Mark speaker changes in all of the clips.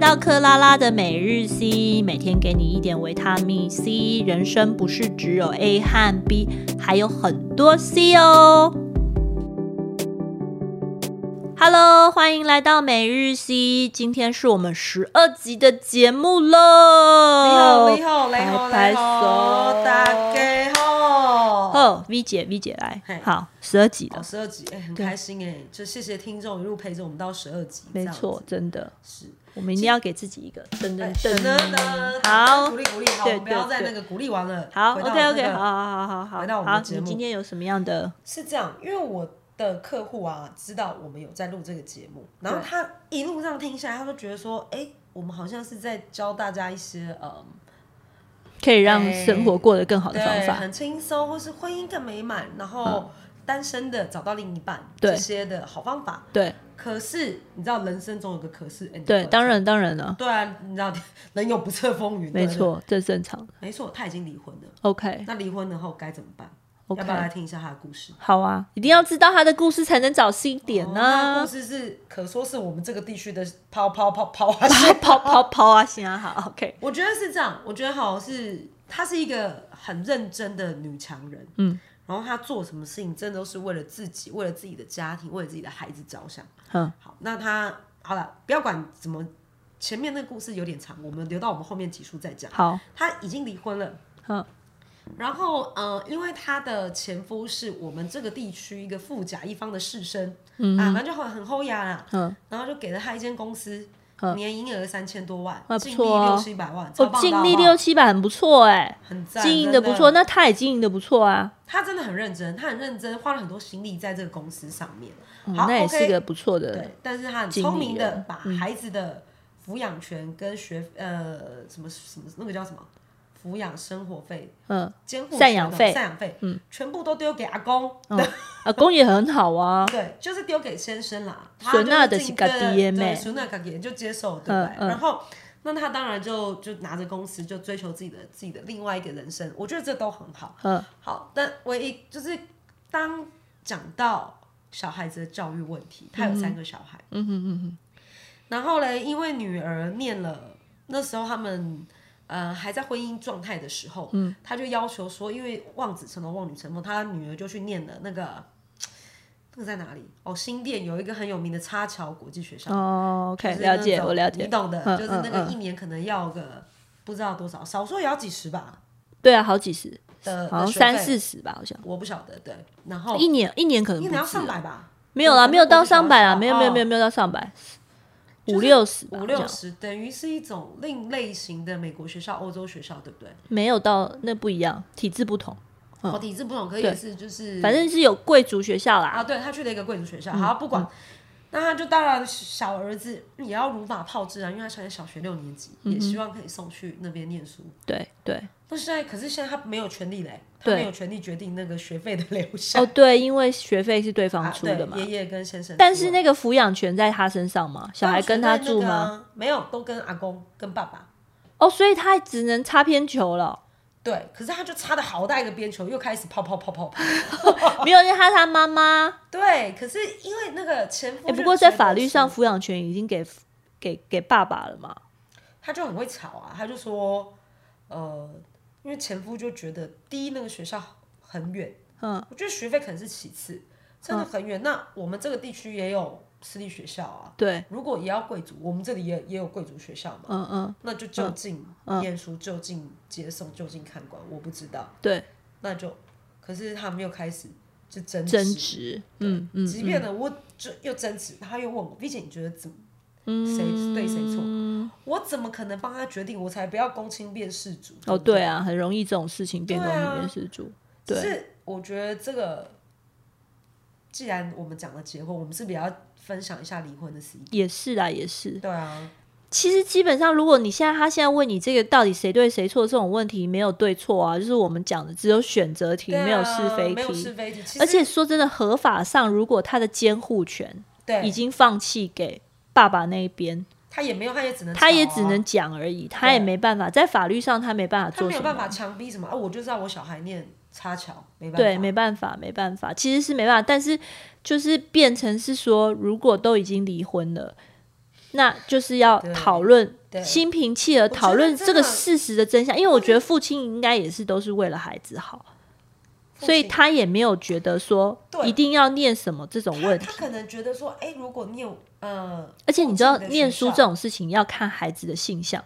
Speaker 1: 到克拉拉的每日 C，每天给你一点维他命 C。人生不是只有 A 和 B，还有很多 C 哦。Hello，欢迎来到每日 C，今天是我们十二集的节目喽。
Speaker 2: 你好，你好，你好，
Speaker 1: 拍
Speaker 2: 你
Speaker 1: 手
Speaker 2: 好，大家好。
Speaker 1: 哦，V 姐，V 姐来
Speaker 2: 嘿，
Speaker 1: 好，十二集
Speaker 2: 哦，
Speaker 1: 了，
Speaker 2: 十二集，哎、很开心哎、就谢谢听众一路陪着我们到十二集，
Speaker 1: 没错，真的，
Speaker 2: 这样
Speaker 1: 我们一定要给自己一个噔噔
Speaker 2: 子，是，等等
Speaker 1: 噔
Speaker 2: 等，，
Speaker 1: 嗯好
Speaker 2: 啊鼓。励鼓励，好，
Speaker 1: 对
Speaker 2: 我们不要
Speaker 1: 对
Speaker 2: 再
Speaker 1: 对
Speaker 2: 那个鼓励完了，
Speaker 1: 好
Speaker 2: 回到
Speaker 1: ，OK OK，
Speaker 2: 那个
Speaker 1: 好好好好
Speaker 2: 回到
Speaker 1: 好，
Speaker 2: 我们
Speaker 1: 好
Speaker 2: 的，节
Speaker 1: 你
Speaker 2: 目
Speaker 1: 今天有什么样的？
Speaker 2: 是这样，因为我的客户啊，知道我们有在录这个节目，然后
Speaker 1: 对
Speaker 2: 他一路上听下来，他都觉得说，哎、我们好像是在教大家一些，嗯。
Speaker 1: 可以让
Speaker 2: 哎
Speaker 1: 生活过得更好的
Speaker 2: 对，
Speaker 1: 方法。
Speaker 2: 很轻松，或是婚姻更美满，然后单身的找到另一半，
Speaker 1: 对
Speaker 2: 这些的好方法。
Speaker 1: 对
Speaker 2: 可是你知道，人生总有个可是，and
Speaker 1: 对，
Speaker 2: but
Speaker 1: 当，然当然了，
Speaker 2: 对啊，你知道人有不测风云，
Speaker 1: 没
Speaker 2: 对不对，
Speaker 1: 错，这正常。
Speaker 2: 没错，他已经离婚了，
Speaker 1: OK
Speaker 2: 那离婚了后该怎么办？要
Speaker 1: OK，
Speaker 2: 不要来听一下他的故事？
Speaker 1: 好啊，一定要知道他的故事才能找 C 点啊
Speaker 2: 哦
Speaker 1: 呢、
Speaker 2: 那故事是可说是我们这个地区的抛抛抛抛啊！
Speaker 1: 跑跑跑啊，行啊，好 OK，
Speaker 2: 我觉得是这样，我觉得好像是她是一个很认真的女强人，
Speaker 1: 嗯，
Speaker 2: 然后她做什么事情真的都是为了自己，为了自己的家庭，为了自己的孩子着想。
Speaker 1: 嗯，
Speaker 2: 好，那她好了，不要管怎么，前面那个故事有点长，我们留到我们后面几书再讲。
Speaker 1: 好，
Speaker 2: 她已经离婚了，
Speaker 1: 嗯，
Speaker 2: 然后呃，因为她的前夫是我们这个地区一个富甲一方的士绅，嗯啊，反正就很很厚压啦，
Speaker 1: 嗯，
Speaker 2: 然后就给了她一间公司。年营业额三千多万
Speaker 1: 啊，不
Speaker 2: 净利
Speaker 1: 错啊
Speaker 2: 六七百万，超
Speaker 1: 哦
Speaker 2: 棒，的
Speaker 1: 尽
Speaker 2: 好
Speaker 1: 力
Speaker 2: 不好
Speaker 1: 六七百很不错哎、
Speaker 2: 很赞，
Speaker 1: 经营
Speaker 2: 真的
Speaker 1: 的不错，。那他也经营的不错啊，
Speaker 2: 他真的很认真，他很认真，花了很多心力在这个公司上面。
Speaker 1: 嗯
Speaker 2: 好
Speaker 1: 那也
Speaker 2: OK
Speaker 1: 是一个不错的，
Speaker 2: 对，但是他很
Speaker 1: 经理嗯
Speaker 2: 聪明的
Speaker 1: 人
Speaker 2: 把孩子的抚养权跟学呃什么什么那个叫什么抚养生活费、
Speaker 1: 嗯，
Speaker 2: 监护
Speaker 1: 赡养
Speaker 2: 权的
Speaker 1: 费嗯哦
Speaker 2: 赡养费，全部都丢给阿公。
Speaker 1: 阿公也很好 啊，
Speaker 2: 对，就是丢给先生啦。
Speaker 1: 孙娜
Speaker 2: 他
Speaker 1: 的
Speaker 2: 就是尽
Speaker 1: 自己的
Speaker 2: 对
Speaker 1: 妹
Speaker 2: 对，孙娜自己的就接受，对不
Speaker 1: 嗯
Speaker 2: 对？
Speaker 1: 嗯
Speaker 2: 然后，那他当然就就拿着公司就追求自己的自己的另外一个人生，我觉得这都很好。
Speaker 1: 嗯，
Speaker 2: 好，但唯一就是当讲到小孩子的教育问题，他有三个小孩，嗯哼嗯哼，然后嘞，因为女儿念了，那时候他们。呃，还在婚姻状态的时候，嗯，他就要求说，因为望子成龙，望女成凤，他女儿就去念了那个，那个在哪里？哦，新店有一个很有名的插桥国际学校，
Speaker 1: 哦，OK，
Speaker 2: 就是那
Speaker 1: 了解，
Speaker 2: 种
Speaker 1: 我了解
Speaker 2: 你，懂的，
Speaker 1: 嗯
Speaker 2: 就是那
Speaker 1: 嗯
Speaker 2: 个
Speaker 1: 嗯
Speaker 2: 一年可能要个不知道多少，少说也要几十吧
Speaker 1: 对啊，好几十，
Speaker 2: 的，
Speaker 1: 好像
Speaker 2: 的学
Speaker 1: 三
Speaker 2: 费，
Speaker 1: 四十吧，好像
Speaker 2: 我不晓得，对，然后
Speaker 1: 一年一年可能
Speaker 2: 一
Speaker 1: 不
Speaker 2: 年要
Speaker 1: 止
Speaker 2: 上
Speaker 1: 啊，
Speaker 2: 百吧，
Speaker 1: 没有啦，
Speaker 2: 对
Speaker 1: 没有到上百啦，
Speaker 2: 哦
Speaker 1: 没有没有没有没有到上百，
Speaker 2: 就是
Speaker 1: 五六十吧，
Speaker 2: 五
Speaker 1: 好
Speaker 2: 六
Speaker 1: 像
Speaker 2: 十，等于是一种另类型的美国学校、欧洲学校，对不对？
Speaker 1: 没有到那不一样，体制不同，
Speaker 2: 哦，体制不同，可
Speaker 1: 嗯
Speaker 2: 以
Speaker 1: 对嗯
Speaker 2: 也是就是
Speaker 1: 反正是有贵族学校啦，
Speaker 2: 嗯啊，对他去了一个贵族学校，好不管，那他就当然小儿子也要如法炮制啊，因为他现在小学六年级，
Speaker 1: 嗯
Speaker 2: 也希望可以送去那边念书。
Speaker 1: 对对，
Speaker 2: 但是现在，可是现在他没有权利嘞，他
Speaker 1: 对
Speaker 2: 没有权利决定那个学费的流 向。
Speaker 1: 哦对，因为学费是对
Speaker 2: 啊
Speaker 1: 方出
Speaker 2: 对
Speaker 1: 的嘛，
Speaker 2: 爷爷跟先生出啊。
Speaker 1: 但是那个抚养权在他身上嘛，小孩跟他住
Speaker 2: 那个
Speaker 1: 吗？
Speaker 2: 啊？没有，都跟阿公跟爸爸。
Speaker 1: 哦，所以他只能擦边球 了，
Speaker 2: 对，可是他就插的好大一个边球，又开始泡泡泡泡泡。
Speaker 1: 没有，因为他是他妈 妈，
Speaker 2: 对，可是因为那个前夫、
Speaker 1: 哎，不过在法律上，，抚养权已经给给给爸爸了嘛，
Speaker 2: 他就很会吵啊，他就说，呃，因为前夫就觉得第一那个学校很远，
Speaker 1: 嗯，
Speaker 2: 我觉得学费可能是其次，真的很远。那我们这个地区也有私立学校啊，
Speaker 1: 对，
Speaker 2: 如果也要贵族，我们这里也也有贵族学校嘛，
Speaker 1: 嗯嗯，
Speaker 2: 那就就近念书、就近接送、就近看管，我不知道，
Speaker 1: 对，
Speaker 2: 那就，可是他们又开始就争执
Speaker 1: 争执，嗯嗯，
Speaker 2: 即便呢，我就又争执，他又问我，毕竟你觉得怎么，
Speaker 1: 嗯
Speaker 2: 谁对谁错？我怎么可能帮他决定？我才不要公亲变世主。
Speaker 1: 哦，
Speaker 2: 不
Speaker 1: 对啊，很容易这种事情变
Speaker 2: 对
Speaker 1: 更里
Speaker 2: 啊
Speaker 1: 面是主，
Speaker 2: 对，
Speaker 1: 对
Speaker 2: 只是我觉得这个，既然我们讲了结婚，我们是不是也要分享一下离婚的事情？
Speaker 1: 也是啦，也是。
Speaker 2: 对啊，
Speaker 1: 其实基本上，如果你现在他现在问你这个到底谁对谁错这种问题，没有对错啊，就是我们讲的只有选择题，
Speaker 2: 对啊
Speaker 1: 没有是非
Speaker 2: 没有
Speaker 1: 题。
Speaker 2: 是非题。其实
Speaker 1: 而且说真的，合法上如果他的监护权已
Speaker 2: 对，
Speaker 1: 经放弃给爸爸那一边，
Speaker 2: 他也没有，他也只能、啊
Speaker 1: 他也只能。讲而已，他也没办法，在法律上他没办法
Speaker 2: 他
Speaker 1: 做
Speaker 2: 没
Speaker 1: 什
Speaker 2: 有办
Speaker 1: 么。
Speaker 2: 法强逼什么啊！我就知道我小孩念插桥，没办法。
Speaker 1: 对，没办法，没办法，其实是没办法，但是就是变成是说，如果都已经离婚了，那就是要讨论
Speaker 2: 对
Speaker 1: 心平气和，
Speaker 2: 觉得
Speaker 1: 讨论
Speaker 2: 真
Speaker 1: 这个
Speaker 2: 的
Speaker 1: 事实的真相。因为我觉得父亲应该也是都是为了孩子好，所以
Speaker 2: 父亲
Speaker 1: 他也没有觉得说
Speaker 2: 对
Speaker 1: 一定要念什么这种问题
Speaker 2: 他。可能觉得说，哎、如果念呃，
Speaker 1: 而且你知道，念书这
Speaker 2: 种
Speaker 1: 种事情要看孩子的性向。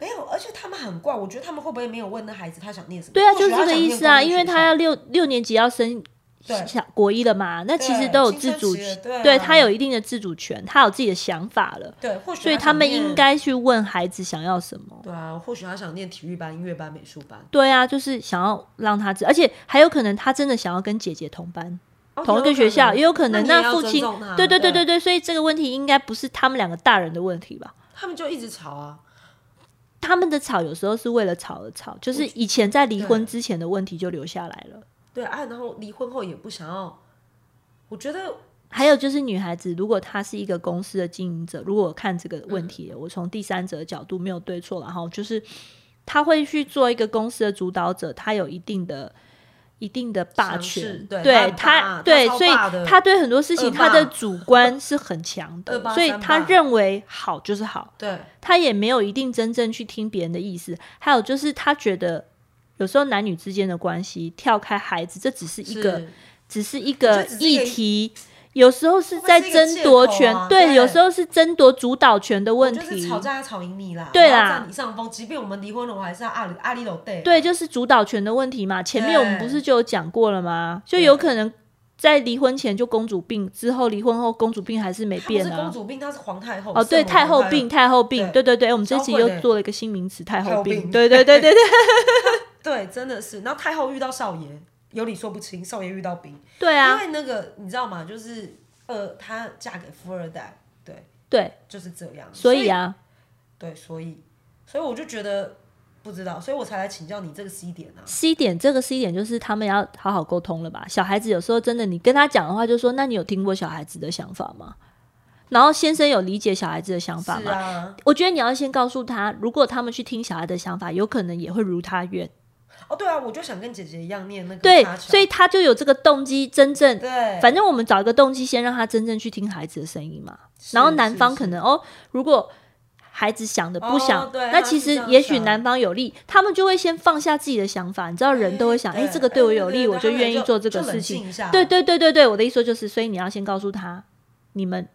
Speaker 2: 没有，而且他们很怪，我觉得他们会不会没有问那孩子他想念什么？
Speaker 1: 对啊，
Speaker 2: 或
Speaker 1: 就是
Speaker 2: 许
Speaker 1: 这
Speaker 2: 他
Speaker 1: 个
Speaker 2: 想
Speaker 1: 意
Speaker 2: 念
Speaker 1: 思啊，
Speaker 2: 公立
Speaker 1: 因为
Speaker 2: 学
Speaker 1: 他
Speaker 2: 校
Speaker 1: 要六六年级要升
Speaker 2: 对
Speaker 1: 小国一了嘛，那其实
Speaker 2: 对
Speaker 1: 都有
Speaker 2: 青
Speaker 1: 自
Speaker 2: 春
Speaker 1: 主
Speaker 2: 期了
Speaker 1: 权，
Speaker 2: 对啊
Speaker 1: 对他有一定的自主权，他有自己的想法了，
Speaker 2: 对，或许
Speaker 1: 所以他
Speaker 2: 想
Speaker 1: 们
Speaker 2: 念
Speaker 1: 应该去问孩子想要什么。
Speaker 2: 对啊，或许他想念体育班、音乐班、美术班，
Speaker 1: 对啊，就是想要让他知，而且还有可能他真的想要跟姐姐同班，
Speaker 2: 哦
Speaker 1: 同一个学校，也有可能。
Speaker 2: 那你也
Speaker 1: 那
Speaker 2: 要
Speaker 1: 父
Speaker 2: 尊
Speaker 1: 亲
Speaker 2: 重他，
Speaker 1: 对对对
Speaker 2: 对
Speaker 1: 对对，所以这个问题应该不是他们两个大人的问题吧？
Speaker 2: 他们就一直吵啊。
Speaker 1: 他们的吵有时候是为了吵而吵，就是以前在离婚之前的问题就留下来了。
Speaker 2: 对啊，然后离婚后也不想要，我觉得
Speaker 1: 还有就是女孩子，如果她是一个公司的经营者，如果我看这个
Speaker 2: 嗯
Speaker 1: 问题，我从第三者的角度没有对错，然后就是她会去做一个公司的主导者，她有一定的。一定的霸
Speaker 2: 强势
Speaker 1: 权，
Speaker 2: 对她很霸
Speaker 1: 她
Speaker 2: 她
Speaker 1: 对，
Speaker 2: 超
Speaker 1: 所以
Speaker 2: 霸的
Speaker 1: 她对很多事情
Speaker 2: 恶霸
Speaker 1: 她的主观是很强
Speaker 2: 恶
Speaker 1: 的，
Speaker 2: 霸
Speaker 1: 所以
Speaker 2: 三
Speaker 1: 她
Speaker 2: 霸
Speaker 1: 认为好就是好，
Speaker 2: 对
Speaker 1: 她也没有一定真正去听别人的意思。还有就是她觉得有时候男女之间的关系跳开孩子，这只是一个
Speaker 2: 是
Speaker 1: 只是一
Speaker 2: 我觉
Speaker 1: 个
Speaker 2: 得只是一
Speaker 1: 议
Speaker 2: 个
Speaker 1: 题，有时候是在争夺权，
Speaker 2: 会不会是一个借口啊
Speaker 1: 对，
Speaker 2: 对哦
Speaker 1: 有时候是争夺主导权的问
Speaker 2: 就是
Speaker 1: 题
Speaker 2: 吵，架要吵赢你啦，
Speaker 1: 对
Speaker 2: 我要
Speaker 1: 啦
Speaker 2: 占你上风。即便我们离婚了，我还是要阿里阿里老对。
Speaker 1: 对，就是主导权的问题嘛。前面我们
Speaker 2: 对
Speaker 1: 不是就有讲过了吗？就有可能在离婚前就公主病，之后离婚后公主病还是没
Speaker 2: 她不
Speaker 1: 变
Speaker 2: 是公
Speaker 1: 啊。
Speaker 2: 主病，她是皇太后。
Speaker 1: 哦，对，
Speaker 2: 圣母
Speaker 1: 太后病，。太后病，对
Speaker 2: 对
Speaker 1: 对对，我们这集
Speaker 2: 超会
Speaker 1: 又
Speaker 2: 的
Speaker 1: 做了一个新名词，太
Speaker 2: 太
Speaker 1: 后
Speaker 2: 后
Speaker 1: 病，
Speaker 2: 病
Speaker 1: 对对对对对
Speaker 2: 对，真的是。然后太后遇到少爷，有理说不清；少爷遇到兵，
Speaker 1: 对
Speaker 2: 因
Speaker 1: 啊，
Speaker 2: 为那个你知道吗？就是呃，她嫁给富二代，对，
Speaker 1: 对，
Speaker 2: 就是这样。
Speaker 1: 所以啊，
Speaker 2: 对，所以，所以我就觉得不知道，所以我才来请教你这个 C 点啊。
Speaker 1: C 点这个 C 点就是他们要好好沟通了吧？小孩子有时候真的，你跟他讲的话，就说那你有听过小孩子的想法吗？然后先生有理解小孩子的想法
Speaker 2: 是
Speaker 1: 吗？
Speaker 2: 啊，
Speaker 1: 我觉得你要先告诉他，如果他们去听小孩的想法，有可能也会如他愿。
Speaker 2: 哦对啊，我就想跟姐姐一样念那个
Speaker 1: 对
Speaker 2: 插，曲啊
Speaker 1: 所以他就有这个动机，真正
Speaker 2: 对，
Speaker 1: 反正我们找一个动机，先让他真正去听孩子的声音嘛。
Speaker 2: 是
Speaker 1: 然后男方
Speaker 2: 是
Speaker 1: 可能哦，如果孩子想的不想，
Speaker 2: 哦对
Speaker 1: 那
Speaker 2: 他
Speaker 1: 其
Speaker 2: 是
Speaker 1: 实
Speaker 2: 这样
Speaker 1: 也许
Speaker 2: 想
Speaker 1: 男方有利，他们就会先放下自己的想法。你知道，人都会想，哎、
Speaker 2: 对
Speaker 1: 这个对我有利，
Speaker 2: 对对对
Speaker 1: 我就
Speaker 2: 他们
Speaker 1: 愿意
Speaker 2: 就
Speaker 1: 做这个
Speaker 2: 就冷
Speaker 1: 事情。
Speaker 2: 静一下
Speaker 1: 对对对对对，我的意思就是，所以你要先告诉他，你们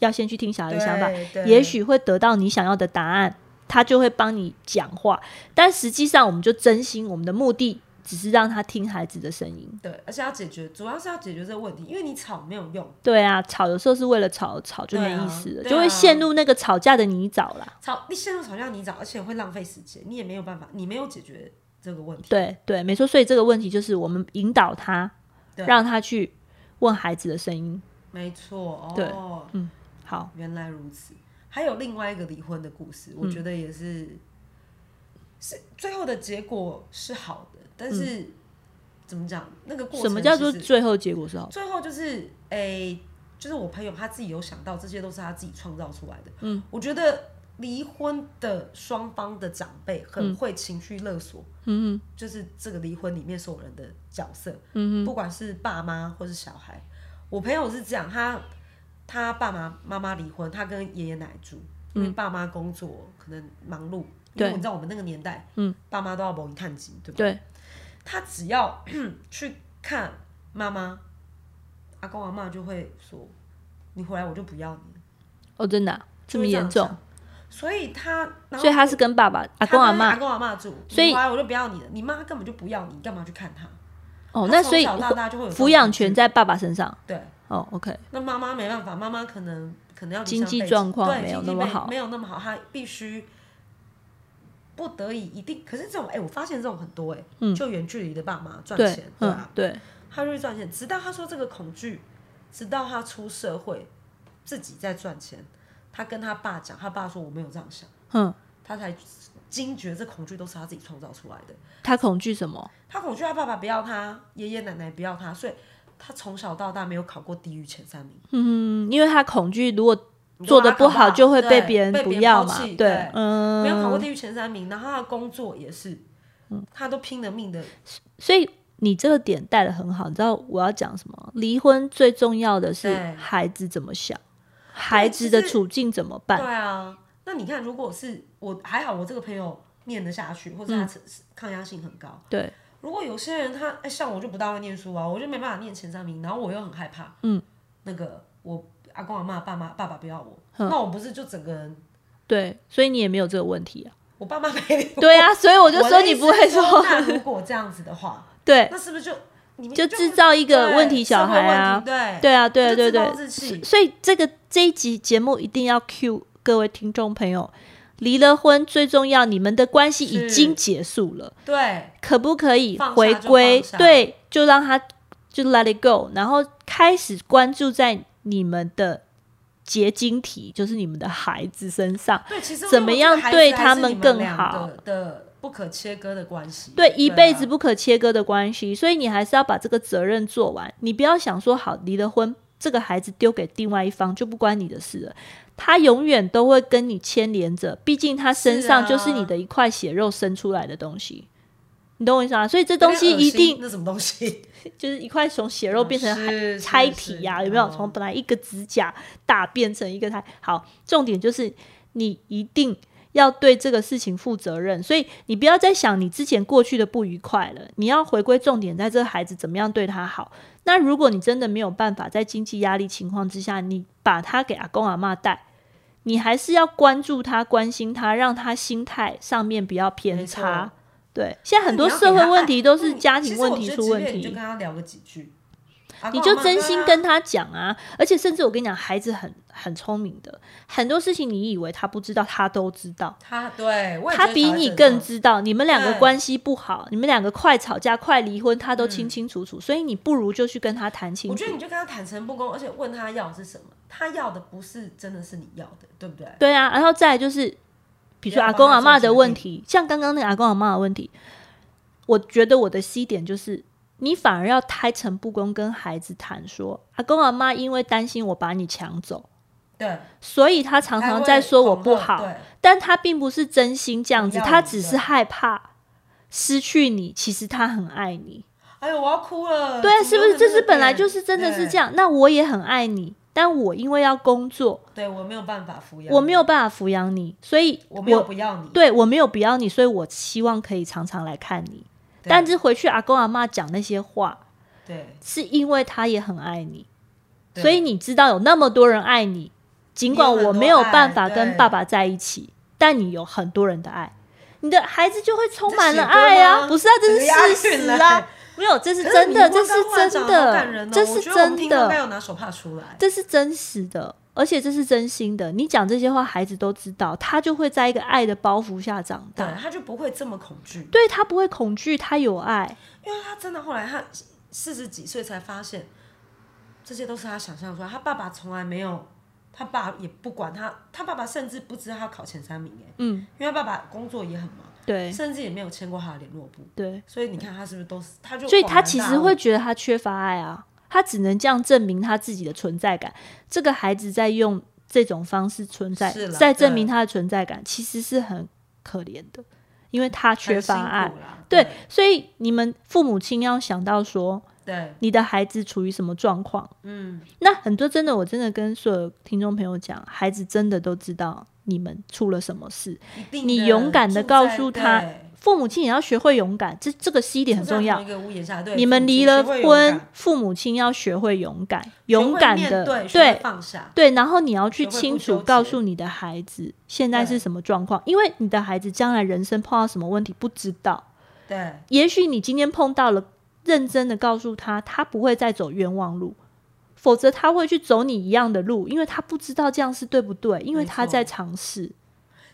Speaker 1: 要先去听小孩的想法，
Speaker 2: 对对
Speaker 1: 也许会得到你想要的答案，他就会帮你讲话。但实际上，我们就真心，我们的目的只是让他听孩子的声音。
Speaker 2: 对，而且要解决，主要是要解决这个问题，因为你吵没有用，
Speaker 1: 对啊，吵有时候是为了吵而吵，就
Speaker 2: 对
Speaker 1: 没
Speaker 2: 啊
Speaker 1: 意思了，
Speaker 2: 对
Speaker 1: 就会
Speaker 2: 啊
Speaker 1: 陷入那个吵架的泥沼啦。
Speaker 2: 吵你陷入吵架泥沼，而且会浪费时间，你也没有办法，你没有解决这个问题。
Speaker 1: 对对，没错。所以这个问题就是我们引导他，
Speaker 2: 对
Speaker 1: 让他去问孩子的声音。
Speaker 2: 没错，
Speaker 1: 对
Speaker 2: 哦，
Speaker 1: 好，
Speaker 2: 原来如此。还有另外一个离婚的故
Speaker 1: 嗯
Speaker 2: 事，我觉得也是，是最后的结果是好的，但是、怎么讲？那个过
Speaker 1: 嗯
Speaker 2: 程
Speaker 1: 什么叫做
Speaker 2: 其实
Speaker 1: 最后结果是好？
Speaker 2: 最后就是诶、就是我朋友他自己有想到，这些都是他自己创造出来的。嗯，我觉得离婚的双方的长辈很会情绪勒索，嗯，就是这个离婚里面所有人的角色，嗯，不管是爸妈或是小孩。我朋友是这样，他他爸妈妈妈离婚，他跟爷爷奶奶住，因为爸妈工作可能忙碌。因为
Speaker 1: 对
Speaker 2: 你知道我们那个年代，嗯，爸妈都要某一探亲，对吧？
Speaker 1: 对，
Speaker 2: 他只要 去看妈妈，阿公阿妈就会说：“你回来我就不要你。
Speaker 1: 哦，真的啊、”这么
Speaker 2: 就会样
Speaker 1: 严重
Speaker 2: 讲？，所以他，然后
Speaker 1: 所以他是跟爸爸、阿
Speaker 2: 他
Speaker 1: 公、
Speaker 2: 跟
Speaker 1: 阿
Speaker 2: 阿
Speaker 1: 妈。
Speaker 2: 公阿妈住，
Speaker 1: 所以
Speaker 2: 你回来我就不要你了，你妈根本就不要你，你干嘛去看他？
Speaker 1: 哦，
Speaker 2: 他
Speaker 1: 那
Speaker 2: 从
Speaker 1: 所以
Speaker 2: 小到大就会有这种
Speaker 1: 抚养
Speaker 2: 恐惧
Speaker 1: 权在爸爸身上。
Speaker 2: 对，
Speaker 1: 哦，OK，
Speaker 2: 那妈妈没办法，妈妈可能可能要离
Speaker 1: 经
Speaker 2: 乡
Speaker 1: 济
Speaker 2: 背
Speaker 1: 状
Speaker 2: 井
Speaker 1: 况
Speaker 2: 对
Speaker 1: 没有
Speaker 2: 经济
Speaker 1: 那么
Speaker 2: 背
Speaker 1: 好
Speaker 2: 没有那么好，她必须不得已一定。可是这种哎、我发现这种很多哎、就远距离的爸妈赚
Speaker 1: 嗯对
Speaker 2: 钱，，对吧、
Speaker 1: 嗯，对，
Speaker 2: 他就会赚钱，直到他说这个恐惧，直到他出社会，自己在赚钱，他跟他爸讲，他爸说我没有这样想，
Speaker 1: 嗯，
Speaker 2: 他才惊觉这恐惧都是他自己创造出来的。
Speaker 1: 他恐惧什么？
Speaker 2: 他恐惧他爸爸不要他，爷爷奶奶不要他，所以他从小到大没有考过低于前三名。
Speaker 1: 嗯，因为他恐惧，如果
Speaker 2: 你
Speaker 1: 做
Speaker 2: 说
Speaker 1: 的
Speaker 2: 他
Speaker 1: 不
Speaker 2: 考
Speaker 1: 好就会
Speaker 2: 对被
Speaker 1: 别人不
Speaker 2: 不
Speaker 1: 要嘛。
Speaker 2: 对，
Speaker 1: 嗯，
Speaker 2: 没有考过低于前三名，然后他的工作也是，他都拼了命的，
Speaker 1: 所以你这个点带的很好，你知道我要讲什么？离婚最重要的是
Speaker 2: 对
Speaker 1: 孩子怎么想，孩子的处境怎么办？
Speaker 2: 对啊，那你看，如果是我还好，我这个朋友念得下去，或
Speaker 1: 嗯
Speaker 2: 者他是抗压性很高。
Speaker 1: 对，
Speaker 2: 如果有些人他，哎、像我就不大会念书啊，我就没办法念前三名，然后我又很害怕，
Speaker 1: 嗯，
Speaker 2: 那个我阿公阿妈爸妈爸爸不要我，那我不是就整个人，
Speaker 1: 对，所以你也没有这个问题啊。
Speaker 2: 我爸妈没 理我
Speaker 1: 对啊，所以我就
Speaker 2: 的
Speaker 1: 说
Speaker 2: 意
Speaker 1: 你
Speaker 2: 思
Speaker 1: 不会
Speaker 2: 是
Speaker 1: 说，
Speaker 2: 那如果这样子的话，
Speaker 1: 对，
Speaker 2: 那是不是就你们
Speaker 1: 就制造一个
Speaker 2: 对
Speaker 1: 问题小
Speaker 2: 社会
Speaker 1: 孩啊
Speaker 2: 问题对
Speaker 1: 对啊，对
Speaker 2: 就
Speaker 1: 对
Speaker 2: 自
Speaker 1: 对
Speaker 2: 暴自弃，
Speaker 1: 所以这个这一集节目一定要 cue 各位听众朋友，离了婚最重要，你们的关系已
Speaker 2: 是
Speaker 1: 经结束了，
Speaker 2: 对
Speaker 1: 可不可以
Speaker 2: 放下
Speaker 1: 回
Speaker 2: 就
Speaker 1: 归
Speaker 2: 放？下
Speaker 1: 对，就让他就 let it go，然后开始关注在你们的结晶体，就是你们的孩子身上。
Speaker 2: 对，其实
Speaker 1: 怎么样
Speaker 2: 我觉得
Speaker 1: 对
Speaker 2: 孩子还是
Speaker 1: 他们
Speaker 2: 你们
Speaker 1: 更
Speaker 2: 俩
Speaker 1: 好
Speaker 2: 的的不可切割的关系，
Speaker 1: 对，一
Speaker 2: 啊
Speaker 1: 辈子不可切割的关系，所以你还是要把这个责任做完。你不要想说好离了婚，这个孩子丢给另外一方就不关你的事了，他永远都会跟你牵连着，毕竟他身
Speaker 2: 是
Speaker 1: 上就是
Speaker 2: 啊
Speaker 1: 你的一块血肉生出来的东西，你懂我意思吗？所以这
Speaker 2: 有
Speaker 1: 东
Speaker 2: 点
Speaker 1: 西
Speaker 2: 恶
Speaker 1: 一
Speaker 2: 心
Speaker 1: 定嗯
Speaker 2: 那什么东西，
Speaker 1: 就是一块从血肉变成海
Speaker 2: 是是
Speaker 1: 胎
Speaker 2: 是
Speaker 1: 体呀、有没有？
Speaker 2: 哦
Speaker 1: 从本来一个指甲大变成一个胎。好，重点就是你一定要对这个事情负责任，所以你不要再想你之前过去的不愉快了，你要回归重点，在这个孩子怎么样对他好。那如果你真的没有办法在经济压力情况之下，你把他给阿公阿妈带。你还是要关注他、关心他，让他心态上面不要偏
Speaker 2: 没错
Speaker 1: 差。对，现在很多
Speaker 2: 那你要
Speaker 1: 社
Speaker 2: 给
Speaker 1: 会
Speaker 2: 他
Speaker 1: 问
Speaker 2: 爱
Speaker 1: 题都
Speaker 2: 那
Speaker 1: 是
Speaker 2: 你
Speaker 1: 家
Speaker 2: 其
Speaker 1: 庭
Speaker 2: 实
Speaker 1: 问
Speaker 2: 我
Speaker 1: 题
Speaker 2: 觉得
Speaker 1: 出
Speaker 2: 即
Speaker 1: 问
Speaker 2: 便
Speaker 1: 题。
Speaker 2: 你就跟他聊个几句，阿
Speaker 1: 你
Speaker 2: 公
Speaker 1: 就
Speaker 2: 阿嬷
Speaker 1: 真
Speaker 2: 对
Speaker 1: 心
Speaker 2: 啊
Speaker 1: 跟他讲啊。而且甚至我跟你讲，孩子很很聪明的，很多事情你以为他不知道，他都知道。
Speaker 2: 他，对我也
Speaker 1: 他
Speaker 2: 觉得
Speaker 1: 比
Speaker 2: 小孩
Speaker 1: 你
Speaker 2: 子
Speaker 1: 更
Speaker 2: 很
Speaker 1: 知道，你们两个
Speaker 2: 对嗯
Speaker 1: 关系不好，你们两个快吵架、快离婚，他都清清楚楚。所以你不如就去跟他谈清
Speaker 2: 我
Speaker 1: 楚
Speaker 2: 觉。得你就跟他坦诚不公，而且问他要的是什么，他要的不是真的是你要的，对不对？
Speaker 1: 对啊，然后再来就是，比如说
Speaker 2: 不要
Speaker 1: 阿公
Speaker 2: 帮他
Speaker 1: 阿妈
Speaker 2: 做
Speaker 1: 的
Speaker 2: 决
Speaker 1: 问
Speaker 2: 定
Speaker 1: 题，像刚刚那个阿公阿妈的问题，我觉得我的 C 点就是，你反而要开诚布公跟孩子谈说，阿公阿妈因为担心我把你抢走，
Speaker 2: 对，
Speaker 1: 所以他常
Speaker 2: 才
Speaker 1: 常
Speaker 2: 会
Speaker 1: 在说我
Speaker 2: 恐
Speaker 1: 不
Speaker 2: 吓
Speaker 1: 好。
Speaker 2: 对，
Speaker 1: 但他并不是真心这样子，
Speaker 2: 不要你
Speaker 1: 他只是害怕失去你。其实他很爱你，
Speaker 2: 哎呦，我要哭了。
Speaker 1: 对啊，
Speaker 2: 怎
Speaker 1: 是
Speaker 2: 么
Speaker 1: 不是？
Speaker 2: 又在
Speaker 1: 这
Speaker 2: 那
Speaker 1: 是本来
Speaker 2: 边
Speaker 1: 就是真的是这
Speaker 2: 对。
Speaker 1: 样。那我也很爱你，但我因为要工作，
Speaker 2: 对我没有办法抚养，
Speaker 1: 我没有，办法抚养你，所以
Speaker 2: 我没有不要你。
Speaker 1: 对我没有不要你，所以我希望可以常常来看你。
Speaker 2: 对
Speaker 1: 但是回去阿公阿妈讲那些话，
Speaker 2: 对，
Speaker 1: 是因为他也很爱你，
Speaker 2: 对
Speaker 1: 所以你知道有那么多人爱你，尽管我没有办法
Speaker 2: 你有很多爱
Speaker 1: 跟爸爸在一起，但你有很多人的爱，你的孩子就会充满了
Speaker 2: 这写
Speaker 1: 爱
Speaker 2: 歌
Speaker 1: 啊！
Speaker 2: 吗
Speaker 1: 不是啊，这
Speaker 2: 这押
Speaker 1: 是
Speaker 2: 韵
Speaker 1: 事实
Speaker 2: 嘞
Speaker 1: 啊，没有，这是
Speaker 2: 可
Speaker 1: 真
Speaker 2: 你
Speaker 1: 的，
Speaker 2: 问
Speaker 1: 这是
Speaker 2: 刚刚
Speaker 1: 真
Speaker 2: 讲得好
Speaker 1: 的
Speaker 2: 感人，哦
Speaker 1: 这
Speaker 2: 我
Speaker 1: 是
Speaker 2: 觉得我
Speaker 1: 真
Speaker 2: 们听众应该
Speaker 1: 的，
Speaker 2: 有拿手帕出来。
Speaker 1: 这是真实的。而且这是真心的，你讲这些话，孩子都知道，他就会在一个爱的包袱下长
Speaker 2: 对
Speaker 1: 大，，
Speaker 2: 他就不会这么恐惧，
Speaker 1: 对他不会恐惧，他有爱。
Speaker 2: 因为他真的后来他四十几岁才发现，这些都是他想象出来。他爸爸从来没有，他爸也不管他，他爸爸甚至不知道他考前三名哎，
Speaker 1: 嗯，
Speaker 2: 因为他爸爸工作也很忙，
Speaker 1: 对
Speaker 2: 甚至也没有签过他的联络簿。
Speaker 1: 对，
Speaker 2: 所以你看他是不是都是，他就
Speaker 1: 所以
Speaker 2: 恍
Speaker 1: 他
Speaker 2: 然
Speaker 1: 其
Speaker 2: 大
Speaker 1: 实
Speaker 2: 悟
Speaker 1: 会觉得他缺乏爱啊，他只能这样证明他自己的存在感。这个孩子在用这种方式存在
Speaker 2: 是，啦嗯
Speaker 1: 在证
Speaker 2: 对
Speaker 1: 明他的存在感，其实是很可怜的，因为他缺
Speaker 2: 很
Speaker 1: 乏
Speaker 2: 辛苦
Speaker 1: 爱。
Speaker 2: 啦
Speaker 1: 对，所以你们父母亲要想到说，
Speaker 2: 对，
Speaker 1: 你的孩子处于什么状况。
Speaker 2: 嗯，
Speaker 1: 那很多真的，我真的跟所有听众朋友讲，孩子真的都知道你们出了什么事。
Speaker 2: 一定
Speaker 1: 你勇敢地
Speaker 2: 的
Speaker 1: 告诉他父母亲也要学会勇敢，这这个 C 点很重要。。
Speaker 2: 住在同一个屋檐下对
Speaker 1: 你们离了婚，，父母亲要学会勇敢，勇敢的
Speaker 2: 对
Speaker 1: 对
Speaker 2: 放下，
Speaker 1: 对然后你要去
Speaker 2: 学会不
Speaker 1: 清楚
Speaker 2: 纠结
Speaker 1: 告诉你的孩子现在是
Speaker 2: 对
Speaker 1: 什么状况，因为你的孩子将来人生碰到什么问题不知道，
Speaker 2: 对
Speaker 1: 也许你今天碰到了，认真的告诉他，他不会再走冤枉路。否则他会去走你一样的路，因为他不知道这样是对不对，因为
Speaker 2: 没
Speaker 1: 他
Speaker 2: 错
Speaker 1: 在尝试。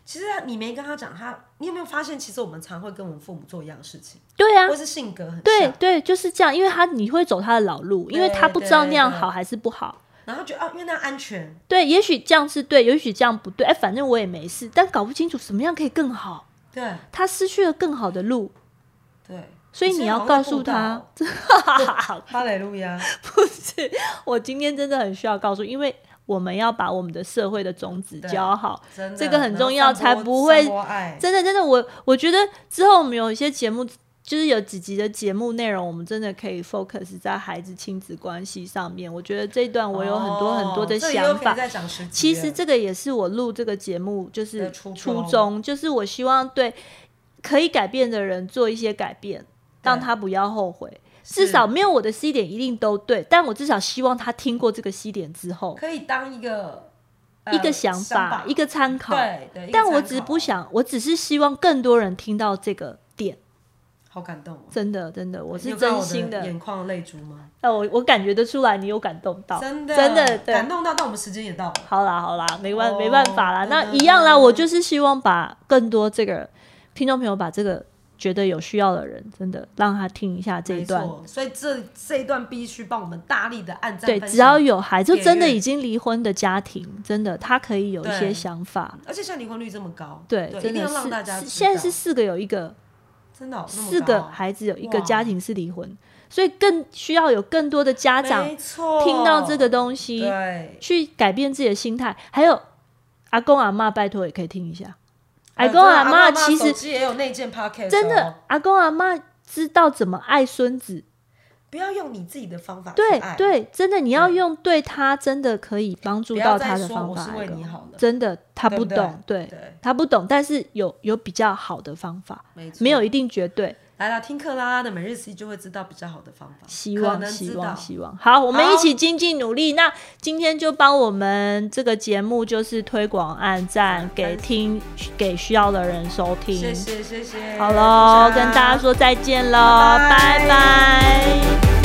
Speaker 2: 其实你没跟他讲，他你有没有发现，其实我们常会跟我们父母做一样的事情，
Speaker 1: 对啊
Speaker 2: 或，是性格很
Speaker 1: 对
Speaker 2: 像，
Speaker 1: 对，就是这样，因为他你会走他的老路，因为
Speaker 2: 对
Speaker 1: 他不知道
Speaker 2: 对
Speaker 1: 那样
Speaker 2: 对
Speaker 1: 好还是不好。
Speaker 2: 然后觉得啊，因为那安全，
Speaker 1: 对，也许这样是对，也许这样不对，哎，反正我也没事，但搞不清楚什么样可以更好，
Speaker 2: 对
Speaker 1: 他失去了更好的路，
Speaker 2: 对，
Speaker 1: 所以你要告诉他，
Speaker 2: 哈雷路 亚，
Speaker 1: 我今天真的很需要告诉，因为我们要把我们的社会的种子
Speaker 2: 对
Speaker 1: 教好。
Speaker 2: 真的
Speaker 1: 这个很重要
Speaker 2: 然后散
Speaker 1: 才
Speaker 2: 播
Speaker 1: 不会
Speaker 2: 散播爱，
Speaker 1: 真的，真的，我我觉得之后我们有一些节目就是有几集的节目内容，我们真的可以 focus 在孩子亲子关系上面。我觉得这一段我有很多很多的
Speaker 2: 哦这里又
Speaker 1: 想
Speaker 2: 可以
Speaker 1: 法。
Speaker 2: 再讲十集
Speaker 1: 其实
Speaker 2: 了
Speaker 1: 这个也是我录这个节目就是
Speaker 2: 的初
Speaker 1: 初
Speaker 2: 衷
Speaker 1: 衷，就是我希望对可以改变的人做一些改变，让
Speaker 2: 对
Speaker 1: 他不要后悔。
Speaker 2: 是
Speaker 1: 至少没有我的 C 点一定都对，但我至少希望他听过这个 C 点之后，
Speaker 2: 可以当一个、呃
Speaker 1: 一个想法，一个参考。
Speaker 2: 对对，一个
Speaker 1: 但我
Speaker 2: 参
Speaker 1: 只
Speaker 2: 考
Speaker 1: 不想，我只是希望更多人听到这个点，
Speaker 2: 好感动、哦，
Speaker 1: 真的，真的，我
Speaker 2: 你
Speaker 1: 是
Speaker 2: 有看到
Speaker 1: 真
Speaker 2: 我
Speaker 1: 心
Speaker 2: 的
Speaker 1: 的。
Speaker 2: 眼眶泪珠吗？
Speaker 1: 呃，我我感觉得出来，你有感动到，
Speaker 2: 真的
Speaker 1: 真的，对，
Speaker 2: 感动到，但我们时间也到了，
Speaker 1: 好啦，好啦，没办、
Speaker 2: 哦嗯
Speaker 1: 没办法啦，
Speaker 2: 真的
Speaker 1: 那一样啦，我就是希望把更多这个听众朋友把这个觉得有需要的人，真的让他听一下这一段
Speaker 2: 没。错，所以这这一段必须帮我们大力的按赞
Speaker 1: 对，
Speaker 2: 分
Speaker 1: 只要
Speaker 2: 享
Speaker 1: 有孩子，
Speaker 2: 点
Speaker 1: 就真的
Speaker 2: 阅
Speaker 1: 已经离婚的家庭，真的他可以有一些
Speaker 2: 对
Speaker 1: 想法。
Speaker 2: 而且像离婚率这么高，
Speaker 1: 对，
Speaker 2: 对，一
Speaker 1: 真
Speaker 2: 定
Speaker 1: 的
Speaker 2: 要让大家
Speaker 1: 是
Speaker 2: 知
Speaker 1: 现在
Speaker 2: 道
Speaker 1: 是四个有一个，
Speaker 2: 真的哦那么
Speaker 1: 四个
Speaker 2: 高
Speaker 1: 孩子有一个
Speaker 2: 哇
Speaker 1: 家庭是离婚，所以更需要有更多的家长
Speaker 2: 没错
Speaker 1: 听到这个哎东西，
Speaker 2: 对，
Speaker 1: 去改变自己的心态。还有阿公阿嬷，拜托也可以听一下。阿
Speaker 2: 呃
Speaker 1: 公
Speaker 2: 真的
Speaker 1: 阿
Speaker 2: 嬷
Speaker 1: 嬷啊其
Speaker 2: 手
Speaker 1: 实
Speaker 2: 机也有内建 podcast，
Speaker 1: 真
Speaker 2: 哦
Speaker 1: 的，阿公阿嬷知道怎么爱孙子，
Speaker 2: 不要用你自己的方法去
Speaker 1: 对
Speaker 2: 啊爱，
Speaker 1: 对，真的你要用对他真的可以帮助
Speaker 2: 不
Speaker 1: 到
Speaker 2: 要
Speaker 1: 他
Speaker 2: 再
Speaker 1: 的
Speaker 2: 说
Speaker 1: 方
Speaker 2: 我
Speaker 1: 法
Speaker 2: 是
Speaker 1: 来
Speaker 2: 为
Speaker 1: 沟
Speaker 2: 你
Speaker 1: 通。
Speaker 2: 好的，
Speaker 1: 真的他
Speaker 2: 对
Speaker 1: 不
Speaker 2: 不对
Speaker 1: 懂，对
Speaker 2: 对，
Speaker 1: 他不懂，但是有有比较好的方法，
Speaker 2: 没错
Speaker 1: 没有一定绝对。
Speaker 2: 来了，听克拉拉的每日 C 就会知道比较好的方法，
Speaker 1: 希
Speaker 2: 可
Speaker 1: 望，
Speaker 2: 能
Speaker 1: 希
Speaker 2: 知
Speaker 1: 望，
Speaker 2: 道。
Speaker 1: 希望。好，我们
Speaker 2: 好
Speaker 1: 一起精进努力。那今天就帮我们这个节目就是推广、按赞，给听给需要的人收听。
Speaker 2: 谢谢谢谢，
Speaker 1: 好喽，
Speaker 2: 大家
Speaker 1: 跟大家说再见喽，
Speaker 2: 拜拜
Speaker 1: 拜拜